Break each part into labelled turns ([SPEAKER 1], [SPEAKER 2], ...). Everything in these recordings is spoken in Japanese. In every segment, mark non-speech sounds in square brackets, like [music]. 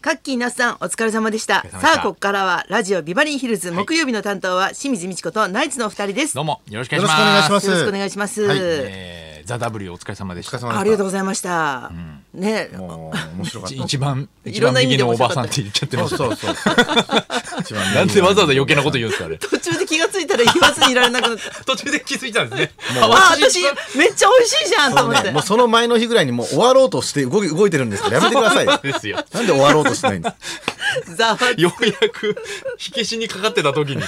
[SPEAKER 1] カッキー那須さんお疲れ様でした
[SPEAKER 2] お疲れ様でした
[SPEAKER 1] さあここからはラジオビバリーヒルズ、木曜日の担当は清水美智子とナイツのお二人です
[SPEAKER 2] ど
[SPEAKER 1] よ
[SPEAKER 2] うもよろしくお
[SPEAKER 3] よ
[SPEAKER 2] 願い
[SPEAKER 3] ろ
[SPEAKER 2] し
[SPEAKER 3] しくお
[SPEAKER 2] ま
[SPEAKER 3] 願い
[SPEAKER 2] す。
[SPEAKER 3] します。
[SPEAKER 1] ろしくお願いします、
[SPEAKER 3] はい
[SPEAKER 2] えー、ザ・ W お疲れ様でし
[SPEAKER 3] お疲れ
[SPEAKER 2] た。
[SPEAKER 3] 様でした。
[SPEAKER 1] ありがとうございました、ね
[SPEAKER 3] もう面白かっ
[SPEAKER 2] 一
[SPEAKER 3] た。
[SPEAKER 2] 一番、一
[SPEAKER 1] いろん
[SPEAKER 2] 番
[SPEAKER 1] な意味
[SPEAKER 2] 右
[SPEAKER 1] で
[SPEAKER 2] の
[SPEAKER 1] 面
[SPEAKER 2] お
[SPEAKER 1] 白
[SPEAKER 2] ば
[SPEAKER 1] かった
[SPEAKER 2] さんって言っちゃってました。
[SPEAKER 3] [laughs] そうそうそう。一番
[SPEAKER 2] なんでわざわざ余計なこと言うんですか、あれ。
[SPEAKER 1] 途中で気がついたら言わずにいられなくなった
[SPEAKER 2] [laughs] 途中で気づいたんですね。
[SPEAKER 1] あ私めっちゃ美味しいじゃんと
[SPEAKER 3] そう
[SPEAKER 1] 思っ
[SPEAKER 3] ね
[SPEAKER 1] て
[SPEAKER 3] もうその前の日ぐらいにもう終わろうとして動き動いてるんですけどやめてくださ
[SPEAKER 1] [laughs]
[SPEAKER 3] いよ。
[SPEAKER 2] ですよ。
[SPEAKER 3] なんで終わろうとしないんですか。
[SPEAKER 1] ざわ
[SPEAKER 2] ようやく、火消しにかかってた時に。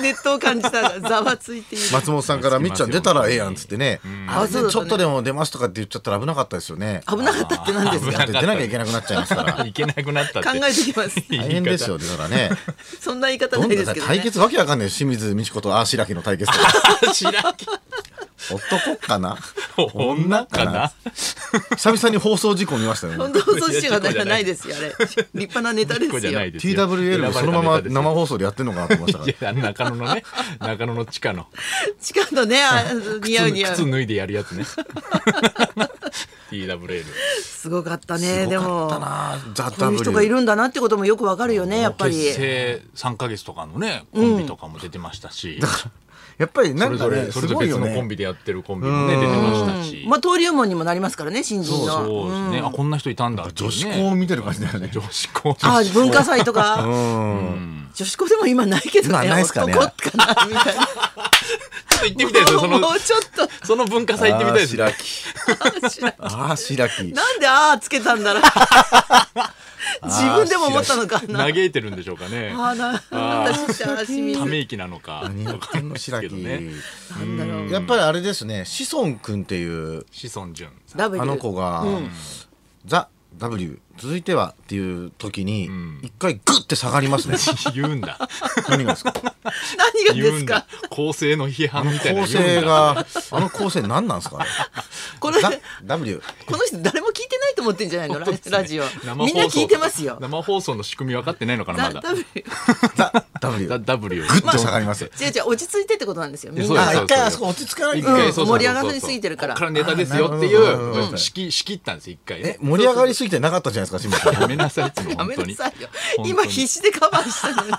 [SPEAKER 1] 熱湯を感じたらざわついている
[SPEAKER 3] 松本さんからみっちゃん出たらええやんっつってね。あれ
[SPEAKER 1] あそうだったね
[SPEAKER 3] でちょっとでも出ますとかって言っちゃったら危なかったですよね。
[SPEAKER 1] 危なかったって何です
[SPEAKER 2] 危
[SPEAKER 1] か
[SPEAKER 2] なかっ
[SPEAKER 3] だっ
[SPEAKER 2] た
[SPEAKER 3] て出なきゃいけなくなっちゃい [laughs] ますから。
[SPEAKER 2] いけなくなったって。
[SPEAKER 1] 考えてきます
[SPEAKER 3] 大変ですよ出た
[SPEAKER 1] [laughs]
[SPEAKER 3] らね。
[SPEAKER 1] そんな言い方
[SPEAKER 3] ど
[SPEAKER 1] なんい
[SPEAKER 3] な
[SPEAKER 1] ですけど
[SPEAKER 3] 対
[SPEAKER 1] ね
[SPEAKER 3] 決わけわかんないよ清水美智子とあーしらきの対決とか。
[SPEAKER 1] [laughs]
[SPEAKER 2] 白木
[SPEAKER 3] 男かな。
[SPEAKER 2] 女かな
[SPEAKER 3] 久々に放送事故見ましたよね
[SPEAKER 1] 本。当放送事故じゃないですよあれ立派なネタです
[SPEAKER 2] こうじゃ
[SPEAKER 1] よ
[SPEAKER 2] ないですよ。
[SPEAKER 3] TWL もそのまま生
[SPEAKER 2] い
[SPEAKER 3] 放送でやってんのかなと思いましたから。
[SPEAKER 2] や、中野のね、中野の地下の。
[SPEAKER 1] 地下のねあ似合う似合う
[SPEAKER 2] 靴脱いでやるやつね。TWL。
[SPEAKER 1] すごかった
[SPEAKER 3] す
[SPEAKER 1] ね
[SPEAKER 3] ご
[SPEAKER 1] で
[SPEAKER 3] かった
[SPEAKER 1] も
[SPEAKER 3] なザ・
[SPEAKER 1] こういう人がい
[SPEAKER 3] W
[SPEAKER 1] るんだなってこともよくわかるよねやっぱり
[SPEAKER 2] 結成3ヶ月とかのね、コンビとかも出てましたし、
[SPEAKER 3] やっぱりな
[SPEAKER 2] それ
[SPEAKER 3] ん
[SPEAKER 2] ぞ
[SPEAKER 3] か
[SPEAKER 2] れ、
[SPEAKER 3] ね
[SPEAKER 2] そ
[SPEAKER 3] す
[SPEAKER 2] れぞ
[SPEAKER 3] ごい
[SPEAKER 2] れ別
[SPEAKER 3] よ
[SPEAKER 2] のコン
[SPEAKER 3] ね
[SPEAKER 2] ビでやってるコンビもね、出てましたし。
[SPEAKER 1] まあ登竜門にもなりますからね新人
[SPEAKER 2] そう
[SPEAKER 1] の
[SPEAKER 2] そうですね。あ、こんな人いたんだっていう
[SPEAKER 3] 女
[SPEAKER 2] ね。
[SPEAKER 3] 子校を見てる感じだよね
[SPEAKER 2] 女子校。
[SPEAKER 1] あ文化祭とか
[SPEAKER 3] うん
[SPEAKER 1] 女子校でも今ないけど
[SPEAKER 3] 今
[SPEAKER 1] ね
[SPEAKER 3] ないっすかね
[SPEAKER 1] 男かなみたいな
[SPEAKER 2] ちょっと行ってみたいですよ。そ
[SPEAKER 1] も [laughs]
[SPEAKER 2] の
[SPEAKER 1] う、ちょっと
[SPEAKER 2] その文化祭行ってみたいですね。
[SPEAKER 3] あー白木あー白木
[SPEAKER 1] なんであーつけたんだろう自分でも思ったのかな
[SPEAKER 2] 嘆いてるんでしょうかね。
[SPEAKER 1] あーな私ってあしみ
[SPEAKER 2] ため
[SPEAKER 1] ず
[SPEAKER 2] 息なのか。
[SPEAKER 3] 何やってんの白
[SPEAKER 2] け
[SPEAKER 3] 木
[SPEAKER 2] どね
[SPEAKER 1] なんだろう
[SPEAKER 3] やっぱりあれですね志尊君っていう
[SPEAKER 2] 志尊淳さん。
[SPEAKER 1] ダブル
[SPEAKER 3] あの子が「ザ・ W 続いては」っていう時に一回グッて下が
[SPEAKER 2] [laughs]
[SPEAKER 3] りますね
[SPEAKER 2] 言うんだ。
[SPEAKER 3] 何がですか
[SPEAKER 1] 何が
[SPEAKER 2] 言
[SPEAKER 1] で
[SPEAKER 2] う
[SPEAKER 1] す
[SPEAKER 2] ん
[SPEAKER 1] か
[SPEAKER 2] だ。構成の批判みたいなの
[SPEAKER 3] 構
[SPEAKER 2] 言うんだ。
[SPEAKER 3] 成があの構成何なんですかね
[SPEAKER 1] [laughs] これ
[SPEAKER 3] ザ・ W
[SPEAKER 1] この人誰も聞いてないと思ってんじゃないのララ
[SPEAKER 2] [laughs]
[SPEAKER 1] ジオ
[SPEAKER 2] 生放
[SPEAKER 1] み
[SPEAKER 2] 送
[SPEAKER 1] んな聞いてますよ
[SPEAKER 2] 生放送の仕組み分かってないのかな
[SPEAKER 1] だ
[SPEAKER 2] まだ。
[SPEAKER 1] ダブル
[SPEAKER 2] [laughs]
[SPEAKER 3] ザ・ W
[SPEAKER 2] だ W。
[SPEAKER 3] グッと下がりますよ
[SPEAKER 1] 違う違う落ち着いてってことなんですよみん
[SPEAKER 2] いや
[SPEAKER 1] な
[SPEAKER 2] そうです
[SPEAKER 3] あ一回あそこ落ち着かない
[SPEAKER 2] 一
[SPEAKER 3] と
[SPEAKER 2] 回
[SPEAKER 1] うん
[SPEAKER 2] そうそうそうそ
[SPEAKER 1] 盛
[SPEAKER 2] う
[SPEAKER 1] り上がりすぎてるから
[SPEAKER 2] こっからネタですよってい
[SPEAKER 3] あなるほどなるほ
[SPEAKER 2] う
[SPEAKER 3] ど
[SPEAKER 2] うん仕切仕切ったんです一回
[SPEAKER 3] え
[SPEAKER 2] ね。
[SPEAKER 3] 盛り上がりすぎてなかったじゃないですか清水さん
[SPEAKER 2] やめなさいって
[SPEAKER 1] [laughs]
[SPEAKER 2] も
[SPEAKER 1] や
[SPEAKER 2] 本
[SPEAKER 1] め
[SPEAKER 2] 当
[SPEAKER 1] な
[SPEAKER 2] に。
[SPEAKER 1] さいよ
[SPEAKER 2] 本当に
[SPEAKER 1] 今必死でカバーしたのに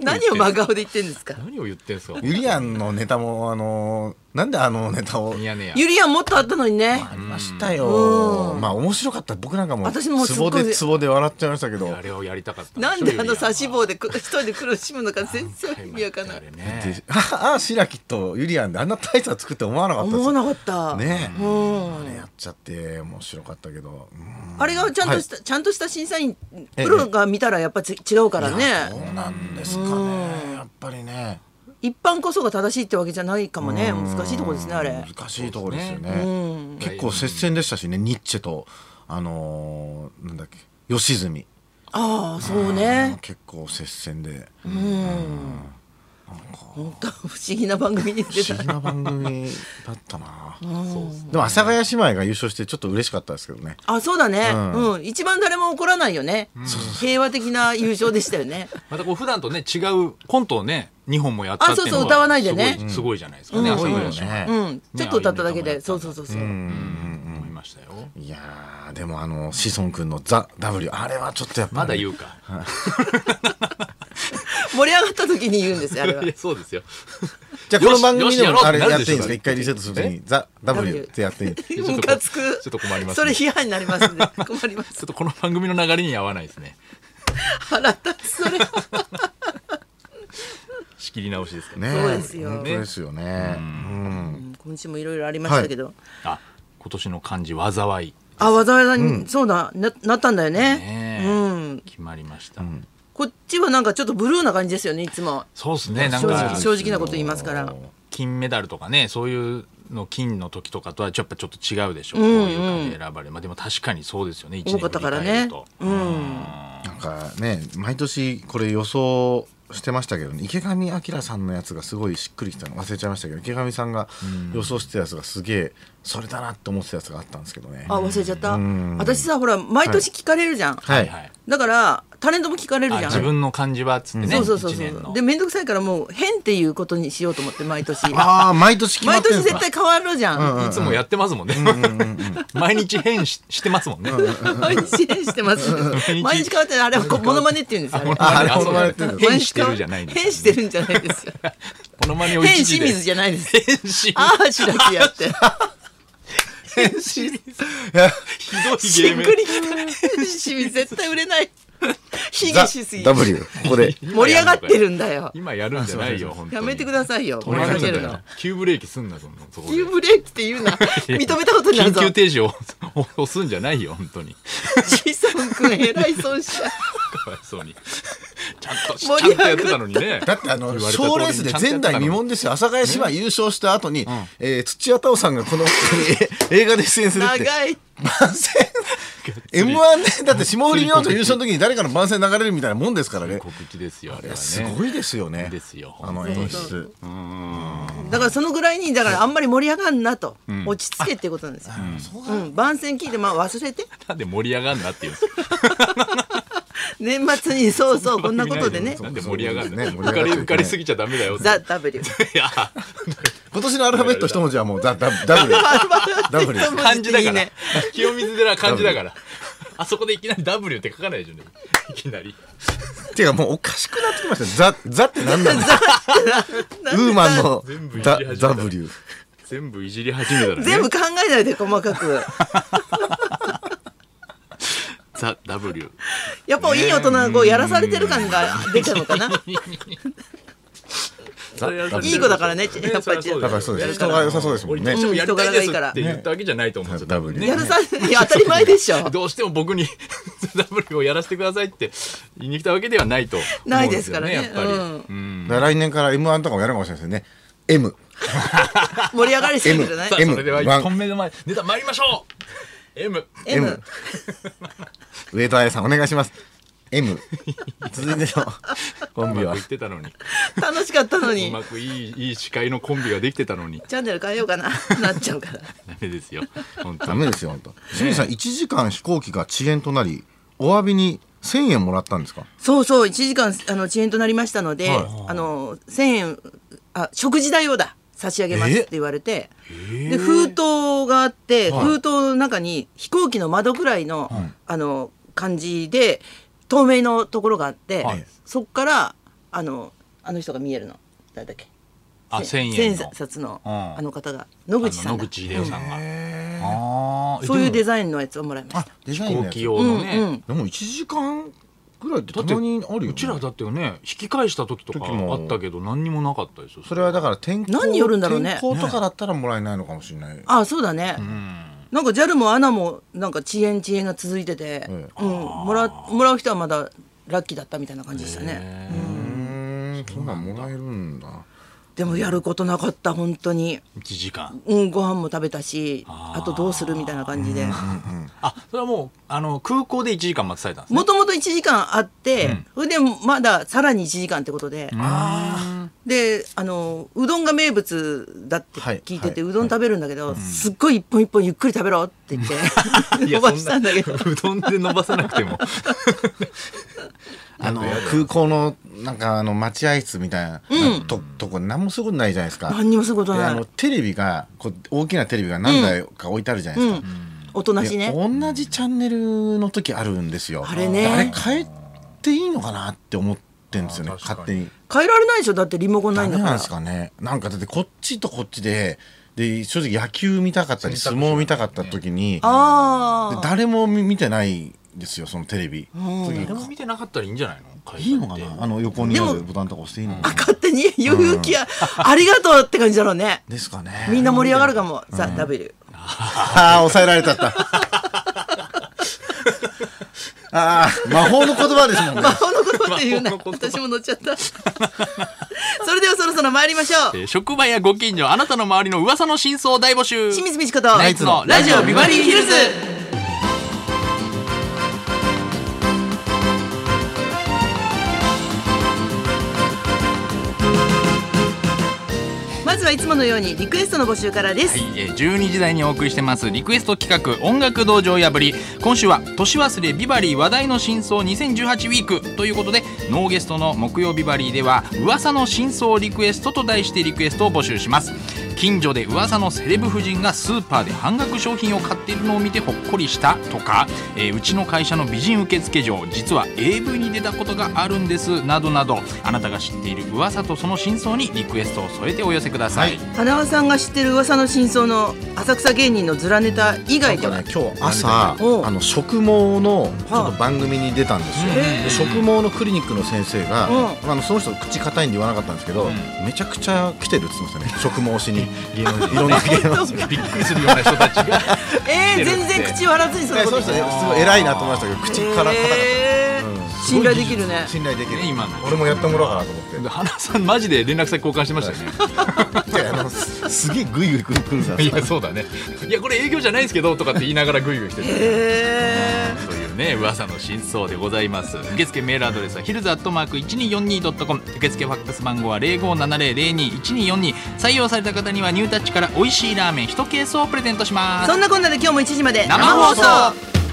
[SPEAKER 1] 何を真顔で言ってんですか
[SPEAKER 2] 何を言ってんすか。
[SPEAKER 3] ゆりやんのネタもあのーなんであのネタを
[SPEAKER 2] いやねや。
[SPEAKER 1] ゆりやんもっとあったのにね
[SPEAKER 3] ありましたよ
[SPEAKER 1] うん
[SPEAKER 3] まあ面白かった僕なんかも
[SPEAKER 1] 私もすっ
[SPEAKER 3] ツ
[SPEAKER 1] ご
[SPEAKER 3] ボ
[SPEAKER 1] い
[SPEAKER 3] でツボで笑っちゃいましたけど
[SPEAKER 2] あれをやりたかった
[SPEAKER 1] なんであの差し
[SPEAKER 2] で
[SPEAKER 1] 棒でく一人で苦しむのか全然意味わかんない
[SPEAKER 2] あれね
[SPEAKER 3] でああ白木とゆりやんであんな大差作って思わなかった
[SPEAKER 1] 思わ
[SPEAKER 3] で
[SPEAKER 1] なかった
[SPEAKER 3] すね
[SPEAKER 1] う
[SPEAKER 3] え
[SPEAKER 1] ん
[SPEAKER 3] やっちゃって面白かったけどうん
[SPEAKER 1] あれがちゃんとした、ちゃんとした審査員
[SPEAKER 3] ええ
[SPEAKER 1] プロが見たらやっぱつ違うから
[SPEAKER 3] そ
[SPEAKER 1] ね
[SPEAKER 3] うなんですかねやっぱりね
[SPEAKER 1] 一般こそが正しいってわけじゃないかもね難しいとこですねあれ
[SPEAKER 3] 難しいところですよね
[SPEAKER 1] うん
[SPEAKER 3] 結構接戦でしたしねニッチェとあのーなんだっけ吉住
[SPEAKER 1] ああそうね
[SPEAKER 3] 結構接戦で
[SPEAKER 1] 本当不思議な番組に
[SPEAKER 3] 不
[SPEAKER 1] 出た
[SPEAKER 3] 思議な番組だっ
[SPEAKER 1] [laughs]
[SPEAKER 3] たなで
[SPEAKER 2] そうっすね
[SPEAKER 3] も阿佐ヶ谷姉妹が優勝してちょっと嬉しかったですけどね
[SPEAKER 1] あそうだね、
[SPEAKER 3] うん
[SPEAKER 1] うん一番誰も怒らないよね、平和的な優勝でしたよね
[SPEAKER 2] またこう普段とね違うコントをね二本もやったっていうの
[SPEAKER 1] あそうそう
[SPEAKER 2] が
[SPEAKER 1] 歌わないでね
[SPEAKER 2] すごいすごいじゃないですかね
[SPEAKER 1] うん
[SPEAKER 2] 朝
[SPEAKER 1] そう
[SPEAKER 2] ご
[SPEAKER 1] よ
[SPEAKER 2] はんね
[SPEAKER 1] うんちょっと歌っただけで、
[SPEAKER 2] あれ
[SPEAKER 1] そうそうそうそう、
[SPEAKER 2] 思いましたよ
[SPEAKER 3] いやーでもあの志尊君の「ザ・ w あれはちょっとやっぱ
[SPEAKER 2] まだ
[SPEAKER 3] り
[SPEAKER 2] 言うか
[SPEAKER 1] 盛り上がった時に言うんですよ
[SPEAKER 2] [laughs]
[SPEAKER 1] あれは
[SPEAKER 2] いやそうですよ
[SPEAKER 3] じゃあこの番組で
[SPEAKER 2] よしよしやろうっ
[SPEAKER 3] も
[SPEAKER 2] て
[SPEAKER 3] あれ
[SPEAKER 2] なる
[SPEAKER 3] やっ
[SPEAKER 2] で
[SPEAKER 3] て
[SPEAKER 2] し
[SPEAKER 3] い
[SPEAKER 2] ょ
[SPEAKER 3] いんですか一回リセットするときに「ザ・
[SPEAKER 1] W
[SPEAKER 3] w ってやっていい
[SPEAKER 2] ちょっと
[SPEAKER 1] ムカつく
[SPEAKER 2] ちょっと困ります
[SPEAKER 1] それ
[SPEAKER 2] ね
[SPEAKER 1] 批判になります
[SPEAKER 2] [laughs]
[SPEAKER 1] んで困りま
[SPEAKER 2] ちょ
[SPEAKER 1] す
[SPEAKER 2] っとこの番組の流れに合わないですね
[SPEAKER 1] 腹立つそれ
[SPEAKER 2] 仕切り直しですから
[SPEAKER 1] [laughs]
[SPEAKER 3] ね
[SPEAKER 1] そうですよ
[SPEAKER 3] 本当ですよねうん
[SPEAKER 1] 今週もいろいろありましたけど、
[SPEAKER 2] あ今年の漢字災い
[SPEAKER 1] あわざわざに、そうだななったんだよね
[SPEAKER 2] ねえ
[SPEAKER 1] うん
[SPEAKER 2] 決まりました
[SPEAKER 1] こっちはなんかちょっとブルーな感じですよねいつも
[SPEAKER 2] そうですねなん
[SPEAKER 1] 正直
[SPEAKER 2] か
[SPEAKER 1] 正直なこと言いますから
[SPEAKER 2] 金メダルとかねそういうの金の時とかとはやっぱちょっと違うでしょうこういう感じで選ばれまあでも確かにそうですよね一
[SPEAKER 1] 多
[SPEAKER 2] 年
[SPEAKER 1] かったから
[SPEAKER 2] 振り返
[SPEAKER 1] ね
[SPEAKER 2] ると
[SPEAKER 1] うん
[SPEAKER 3] なんかね毎年これ予想してましたけどね池上彰さんのやつがすごいしっくりきたの忘れちゃいましたけど池上さんが予想してたやつがすげえそれだなって思ってたやつがあったんですけどね
[SPEAKER 1] あ忘れちゃった私さほら毎年聞かれるじゃん、
[SPEAKER 3] は
[SPEAKER 2] はい
[SPEAKER 3] い
[SPEAKER 1] だからタレントも聞かれる
[SPEAKER 2] あ
[SPEAKER 1] じゃん
[SPEAKER 2] 自分の感じはっつってね、
[SPEAKER 1] そう
[SPEAKER 2] 一
[SPEAKER 1] そうそうそ
[SPEAKER 2] 年の
[SPEAKER 1] うで面倒くさいからもう変っていうことにしようと思って毎年
[SPEAKER 3] ああ毎年決ま
[SPEAKER 1] 毎
[SPEAKER 3] ってる
[SPEAKER 1] 年
[SPEAKER 3] んです
[SPEAKER 1] 絶
[SPEAKER 3] か
[SPEAKER 1] 対変わるじゃん、
[SPEAKER 2] いつもやってますもんね、 [laughs] 毎日変ししてますもんね、
[SPEAKER 1] [laughs] 毎日変してます [laughs]
[SPEAKER 2] 日
[SPEAKER 1] 毎日変わってるあれは
[SPEAKER 2] [laughs]
[SPEAKER 1] こモノマネって言うんですよあれ
[SPEAKER 3] ああれ
[SPEAKER 2] あそう
[SPEAKER 3] 行われてるんです
[SPEAKER 2] 変してるじゃないんです
[SPEAKER 1] 変してるんじゃない
[SPEAKER 2] [laughs]
[SPEAKER 1] ですよ
[SPEAKER 2] モノマネを
[SPEAKER 1] 変
[SPEAKER 2] 一時
[SPEAKER 1] 清
[SPEAKER 2] で
[SPEAKER 1] 水じゃないです
[SPEAKER 2] 変し
[SPEAKER 1] ああしらずやって
[SPEAKER 2] ひどいゲ
[SPEAKER 1] [laughs] し
[SPEAKER 2] ー
[SPEAKER 1] っ
[SPEAKER 2] ム
[SPEAKER 1] くりきた変清水絶対売れ
[SPEAKER 2] [laughs]
[SPEAKER 1] ない [laughs] 卑下しすぎ
[SPEAKER 3] W ここで
[SPEAKER 1] 盛り上がってるんだよ
[SPEAKER 2] 今やるんじゃないよ本
[SPEAKER 1] [laughs]
[SPEAKER 2] 当に
[SPEAKER 1] やめてくださいよ盛り上
[SPEAKER 2] 俺
[SPEAKER 1] が
[SPEAKER 2] が
[SPEAKER 1] って
[SPEAKER 2] る
[SPEAKER 1] る
[SPEAKER 2] の
[SPEAKER 1] の
[SPEAKER 2] 急ブレーキすんなそのそこで
[SPEAKER 1] 急ブレーキって言うな認めたことになる
[SPEAKER 2] 緊
[SPEAKER 1] ぞ
[SPEAKER 2] 急停止を押すんじゃないよ本当に
[SPEAKER 1] シソン君偉い損 [laughs] 者
[SPEAKER 2] かわいそうに
[SPEAKER 1] [laughs]
[SPEAKER 2] ちゃんとち
[SPEAKER 1] 盛
[SPEAKER 2] ゃ
[SPEAKER 1] り
[SPEAKER 2] ん
[SPEAKER 1] 上
[SPEAKER 2] と
[SPEAKER 1] が
[SPEAKER 2] や
[SPEAKER 1] っ
[SPEAKER 2] ってたのにね
[SPEAKER 3] だってあの
[SPEAKER 2] 言われた通り
[SPEAKER 3] 賞レースで前代未聞ですよ阿佐ヶ谷姉妹優勝した後に、えー土屋太鳳さんがこの映画で出演するって [laughs]
[SPEAKER 1] 長い
[SPEAKER 3] 番宣 m 1でだって霜降り明星優勝の時に誰かの番宣流れるみたいなもんですからね
[SPEAKER 2] 告知ですよあれはね
[SPEAKER 3] すごいですよね
[SPEAKER 2] ですよ
[SPEAKER 3] あの演出
[SPEAKER 1] だからそのぐらいにだからあんまり盛り上がんなと、落ち着けってことなんですよ、うん番宣聞いてまあ忘れて
[SPEAKER 2] なんで盛り上がんなっていうんですか
[SPEAKER 1] 年末にそうそうこんなことでね
[SPEAKER 2] なんで盛り上がんな
[SPEAKER 3] そうですね
[SPEAKER 2] 浮かれ浮かれすぎちゃダメだよ
[SPEAKER 1] 「ザ・ w
[SPEAKER 2] いや
[SPEAKER 3] 今年のアルファベット一文字はもうザ・ダ
[SPEAKER 2] [laughs]
[SPEAKER 3] ダブル W
[SPEAKER 2] 漢字だ
[SPEAKER 1] い
[SPEAKER 2] か
[SPEAKER 1] い
[SPEAKER 2] ら
[SPEAKER 1] ね
[SPEAKER 2] 清水寺は漢字だからあそこでいきなり W って書かないでしょねいきなり
[SPEAKER 3] ていうかもうおかしくなってきましたねザ・ザって何なんだウーマンの
[SPEAKER 2] 全部いじ
[SPEAKER 3] ザ
[SPEAKER 2] り始めた
[SPEAKER 3] W
[SPEAKER 2] 全部いじり始めたらね
[SPEAKER 1] 全部考えないで細かく
[SPEAKER 2] ザ・ W
[SPEAKER 1] やっぱいい大人がこうやらされてる感が出たのかな、
[SPEAKER 3] ザ
[SPEAKER 1] いい子だからねやっぱり
[SPEAKER 2] そりゃそう
[SPEAKER 3] だ
[SPEAKER 2] だ
[SPEAKER 1] やる
[SPEAKER 2] よ
[SPEAKER 3] からそうです人
[SPEAKER 1] から
[SPEAKER 3] が良さそうですも
[SPEAKER 2] 俺
[SPEAKER 3] ん
[SPEAKER 2] ど
[SPEAKER 3] ね
[SPEAKER 2] うしてもやりたいで
[SPEAKER 1] うん人柄が
[SPEAKER 2] す
[SPEAKER 1] いいから
[SPEAKER 2] って言ったわけじゃないと思うんですよ、
[SPEAKER 3] W
[SPEAKER 1] や
[SPEAKER 3] ね
[SPEAKER 1] るさいや当たり前でしょ
[SPEAKER 2] どうしても僕に W をやらせてくださいって言いに来たわけではないと思うんですよね
[SPEAKER 1] ない
[SPEAKER 2] や
[SPEAKER 1] で
[SPEAKER 2] っ
[SPEAKER 1] すか
[SPEAKER 2] ぱ
[SPEAKER 1] ら
[SPEAKER 2] り、
[SPEAKER 1] ね
[SPEAKER 2] うん
[SPEAKER 3] だから来年から m 1とかもやるかもしれないですよね M
[SPEAKER 1] 盛り上がりすぎるじゃない
[SPEAKER 2] さあ
[SPEAKER 3] M
[SPEAKER 2] それでは1本目の前ネタ参りましょう M
[SPEAKER 1] M, [laughs]
[SPEAKER 3] M 上戸彩さんお願いします M 続いてのコ
[SPEAKER 2] う
[SPEAKER 3] ンビ
[SPEAKER 2] ま
[SPEAKER 3] は
[SPEAKER 2] くいってたのに
[SPEAKER 1] 楽しかったの
[SPEAKER 2] う
[SPEAKER 1] に
[SPEAKER 2] まくいいいい司会のコンビができてたのに
[SPEAKER 1] チャンネル変えよう
[SPEAKER 2] [laughs]
[SPEAKER 1] かななっちゃうから
[SPEAKER 2] ダメですよ本当
[SPEAKER 3] ダメですよ本当清水さん1時間飛行機が遅延となりお詫びに1000円もらったんですか
[SPEAKER 1] そうそう1時間あの遅延となりましたので、
[SPEAKER 3] は
[SPEAKER 1] あの1000円あ食事代をだ差し上げますって言われて、で封筒があって、
[SPEAKER 3] はい
[SPEAKER 1] 封筒の中に飛行機の窓くらいの、あの感じで透明のところがあって、
[SPEAKER 2] はい
[SPEAKER 1] そこからあのあの人が見えるの誰だっけ
[SPEAKER 2] あ1000
[SPEAKER 1] 千
[SPEAKER 2] 円の
[SPEAKER 1] 冊の、
[SPEAKER 2] うん
[SPEAKER 1] あの方が野口さ
[SPEAKER 2] あの
[SPEAKER 1] ん
[SPEAKER 2] 野
[SPEAKER 1] だ
[SPEAKER 2] 口英世さんが、あーえ
[SPEAKER 1] そういう
[SPEAKER 2] で
[SPEAKER 1] デザインのやつをもらいました。
[SPEAKER 3] デザ
[SPEAKER 2] も飛行機用
[SPEAKER 1] うん
[SPEAKER 2] のね、
[SPEAKER 1] うん、
[SPEAKER 3] でも1時間ぐらいって
[SPEAKER 2] だ
[SPEAKER 3] た
[SPEAKER 2] って
[SPEAKER 3] まにあるよ、ね、
[SPEAKER 2] うちらだってね引き返した時とか
[SPEAKER 3] 時も
[SPEAKER 2] あったけど何にもなかったですよ
[SPEAKER 3] それはだから天候
[SPEAKER 1] 何によるんだろうね
[SPEAKER 3] 天候とかだったらもらえないのかもしれない、
[SPEAKER 1] あそうだね、
[SPEAKER 2] うん
[SPEAKER 1] なんか JAL も ANA もなんか遅延遅延が続いてて、
[SPEAKER 3] え
[SPEAKER 1] うん、もらもらう人はまだラッキーだったみたいな感じでしたね。
[SPEAKER 2] ね
[SPEAKER 3] うーんそんなんもらえるんだ
[SPEAKER 1] でもやることなかった本当に、
[SPEAKER 2] 1時間
[SPEAKER 1] うん、ご飯も食べたし
[SPEAKER 2] あ
[SPEAKER 1] あ
[SPEAKER 2] ー
[SPEAKER 1] とどうするみたいな感じで
[SPEAKER 2] あそれはもうあの空港で1時間待たされたんですね
[SPEAKER 1] [laughs] もともと1時間あって、それでまださらに1時間ってことで、
[SPEAKER 2] あ
[SPEAKER 1] であのうどんが名物だって聞いてて、
[SPEAKER 3] はいう
[SPEAKER 1] どん食べるんだけど、すっごい一本一本ゆっくり食べろって言って
[SPEAKER 2] い
[SPEAKER 1] 伸
[SPEAKER 2] や
[SPEAKER 1] ばしたんだけど
[SPEAKER 2] そなうどんで伸ばさなくても
[SPEAKER 3] あの空港のなんかあの待合室みたいな、ととこ何もすることないじゃないですか
[SPEAKER 1] 何にもすること
[SPEAKER 3] であ
[SPEAKER 1] な
[SPEAKER 3] の
[SPEAKER 1] い
[SPEAKER 3] テレビがこう大きなテレビが何台か置いてあるじゃないですか、
[SPEAKER 1] おとなしい
[SPEAKER 3] で
[SPEAKER 1] ね。
[SPEAKER 3] 同じチャンネルの時あるんですよ
[SPEAKER 1] あれね
[SPEAKER 3] あれ変えていいのかなって思ってんですよね
[SPEAKER 2] あー確か
[SPEAKER 3] 勝
[SPEAKER 2] に
[SPEAKER 3] 手に
[SPEAKER 1] 変えられないでしょだってリモコンない
[SPEAKER 3] 何
[SPEAKER 1] んだから
[SPEAKER 3] なんですかねなんかだってこっちとこっちでで正直野球見たかったり相撲見たかった時に
[SPEAKER 1] あ
[SPEAKER 3] で
[SPEAKER 1] あ
[SPEAKER 3] 誰も見見てないんですよそのテレビ、
[SPEAKER 2] 誰も見てなかったらいいんじゃないの会社
[SPEAKER 3] いいのか
[SPEAKER 2] って
[SPEAKER 3] なあの横にあ
[SPEAKER 1] で
[SPEAKER 3] るボタンとか押していいのかな
[SPEAKER 1] 勝手に勇気や、ありがとうって感じだろう
[SPEAKER 2] [laughs]
[SPEAKER 1] ね
[SPEAKER 3] ですかね
[SPEAKER 1] みんな盛り上がるかも、ザ・ W
[SPEAKER 3] ああ、抑えられちゃ [laughs] った。ああ、魔法の言葉ですもんね
[SPEAKER 1] 魔。法の言葉って言うな
[SPEAKER 2] [laughs] 魔法の言
[SPEAKER 1] 私も乗っちゃった [laughs] それではそろそろ参りましょう
[SPEAKER 2] えー職場やご近所あなたの周りの噂の真相を大募集
[SPEAKER 1] 清水美智子と
[SPEAKER 2] ナイツのラジオビバリーヒルズ
[SPEAKER 1] まずはいつものようにリクエストの募集からです、
[SPEAKER 2] はい、えー12時台にお送りしてますリクエスト企画音楽道場破り今週は年忘れビバリー話題の真相2018ウィークということでノーゲストの木曜ビバリーでは噂の真相リクエストと題してリクエストを募集します近所で噂のセレブ婦人がスーパーで半額商品を買っているのを見てほっこりしたとか、えーうちの会社の美人受付嬢実は AV に出たことがあるんですなどなどあなたが知っている噂とその真相にリクエストを添えてお寄せください
[SPEAKER 1] 花輪さんが知ってる噂の真相の浅草芸人のズラネタ以外で
[SPEAKER 3] なん
[SPEAKER 1] は
[SPEAKER 3] かね、今日朝
[SPEAKER 1] おう
[SPEAKER 3] あの食毛のちょっと番組に出たんですよ、
[SPEAKER 1] へえ
[SPEAKER 3] で食毛のクリニックの先生が、
[SPEAKER 1] う
[SPEAKER 3] あのその人口硬いんで言わなかったんですけど、めちゃくちゃ来てるって言ってましたね食毛しにいろんな芸能 [laughs] 人
[SPEAKER 2] びっくりするような人たちが
[SPEAKER 1] えー、全然口割らずにその
[SPEAKER 3] で
[SPEAKER 1] こ
[SPEAKER 3] そ
[SPEAKER 1] と
[SPEAKER 3] の
[SPEAKER 1] 言っ
[SPEAKER 3] 人
[SPEAKER 1] てる
[SPEAKER 3] ねすごい偉いなと思いましたけど口から硬かった、
[SPEAKER 1] えー
[SPEAKER 3] うん
[SPEAKER 1] 信頼できるね
[SPEAKER 3] 信頼できる
[SPEAKER 2] ね今の
[SPEAKER 3] 俺もやってもらおうかなと思って
[SPEAKER 2] [laughs] 花さんマジで連絡先交換してましたよね
[SPEAKER 3] [laughs] いやあのすすげえグイグイ来るんです
[SPEAKER 2] [laughs] い
[SPEAKER 3] よ
[SPEAKER 2] やそうだねいやこれ営業じゃないんですけどとかって言いながらグイグイしてて
[SPEAKER 1] え
[SPEAKER 2] というね噂の真相でございます受付メールアドレスはヒルズアットマーク 1242.com 受付ファックス番号は0570021242採用された方にはニュータッチから美味しいラーメン1ケースをプレゼントし
[SPEAKER 1] ー、
[SPEAKER 2] ます
[SPEAKER 1] そんなこんなで今日も1時まで
[SPEAKER 2] 生放送
[SPEAKER 1] 生放送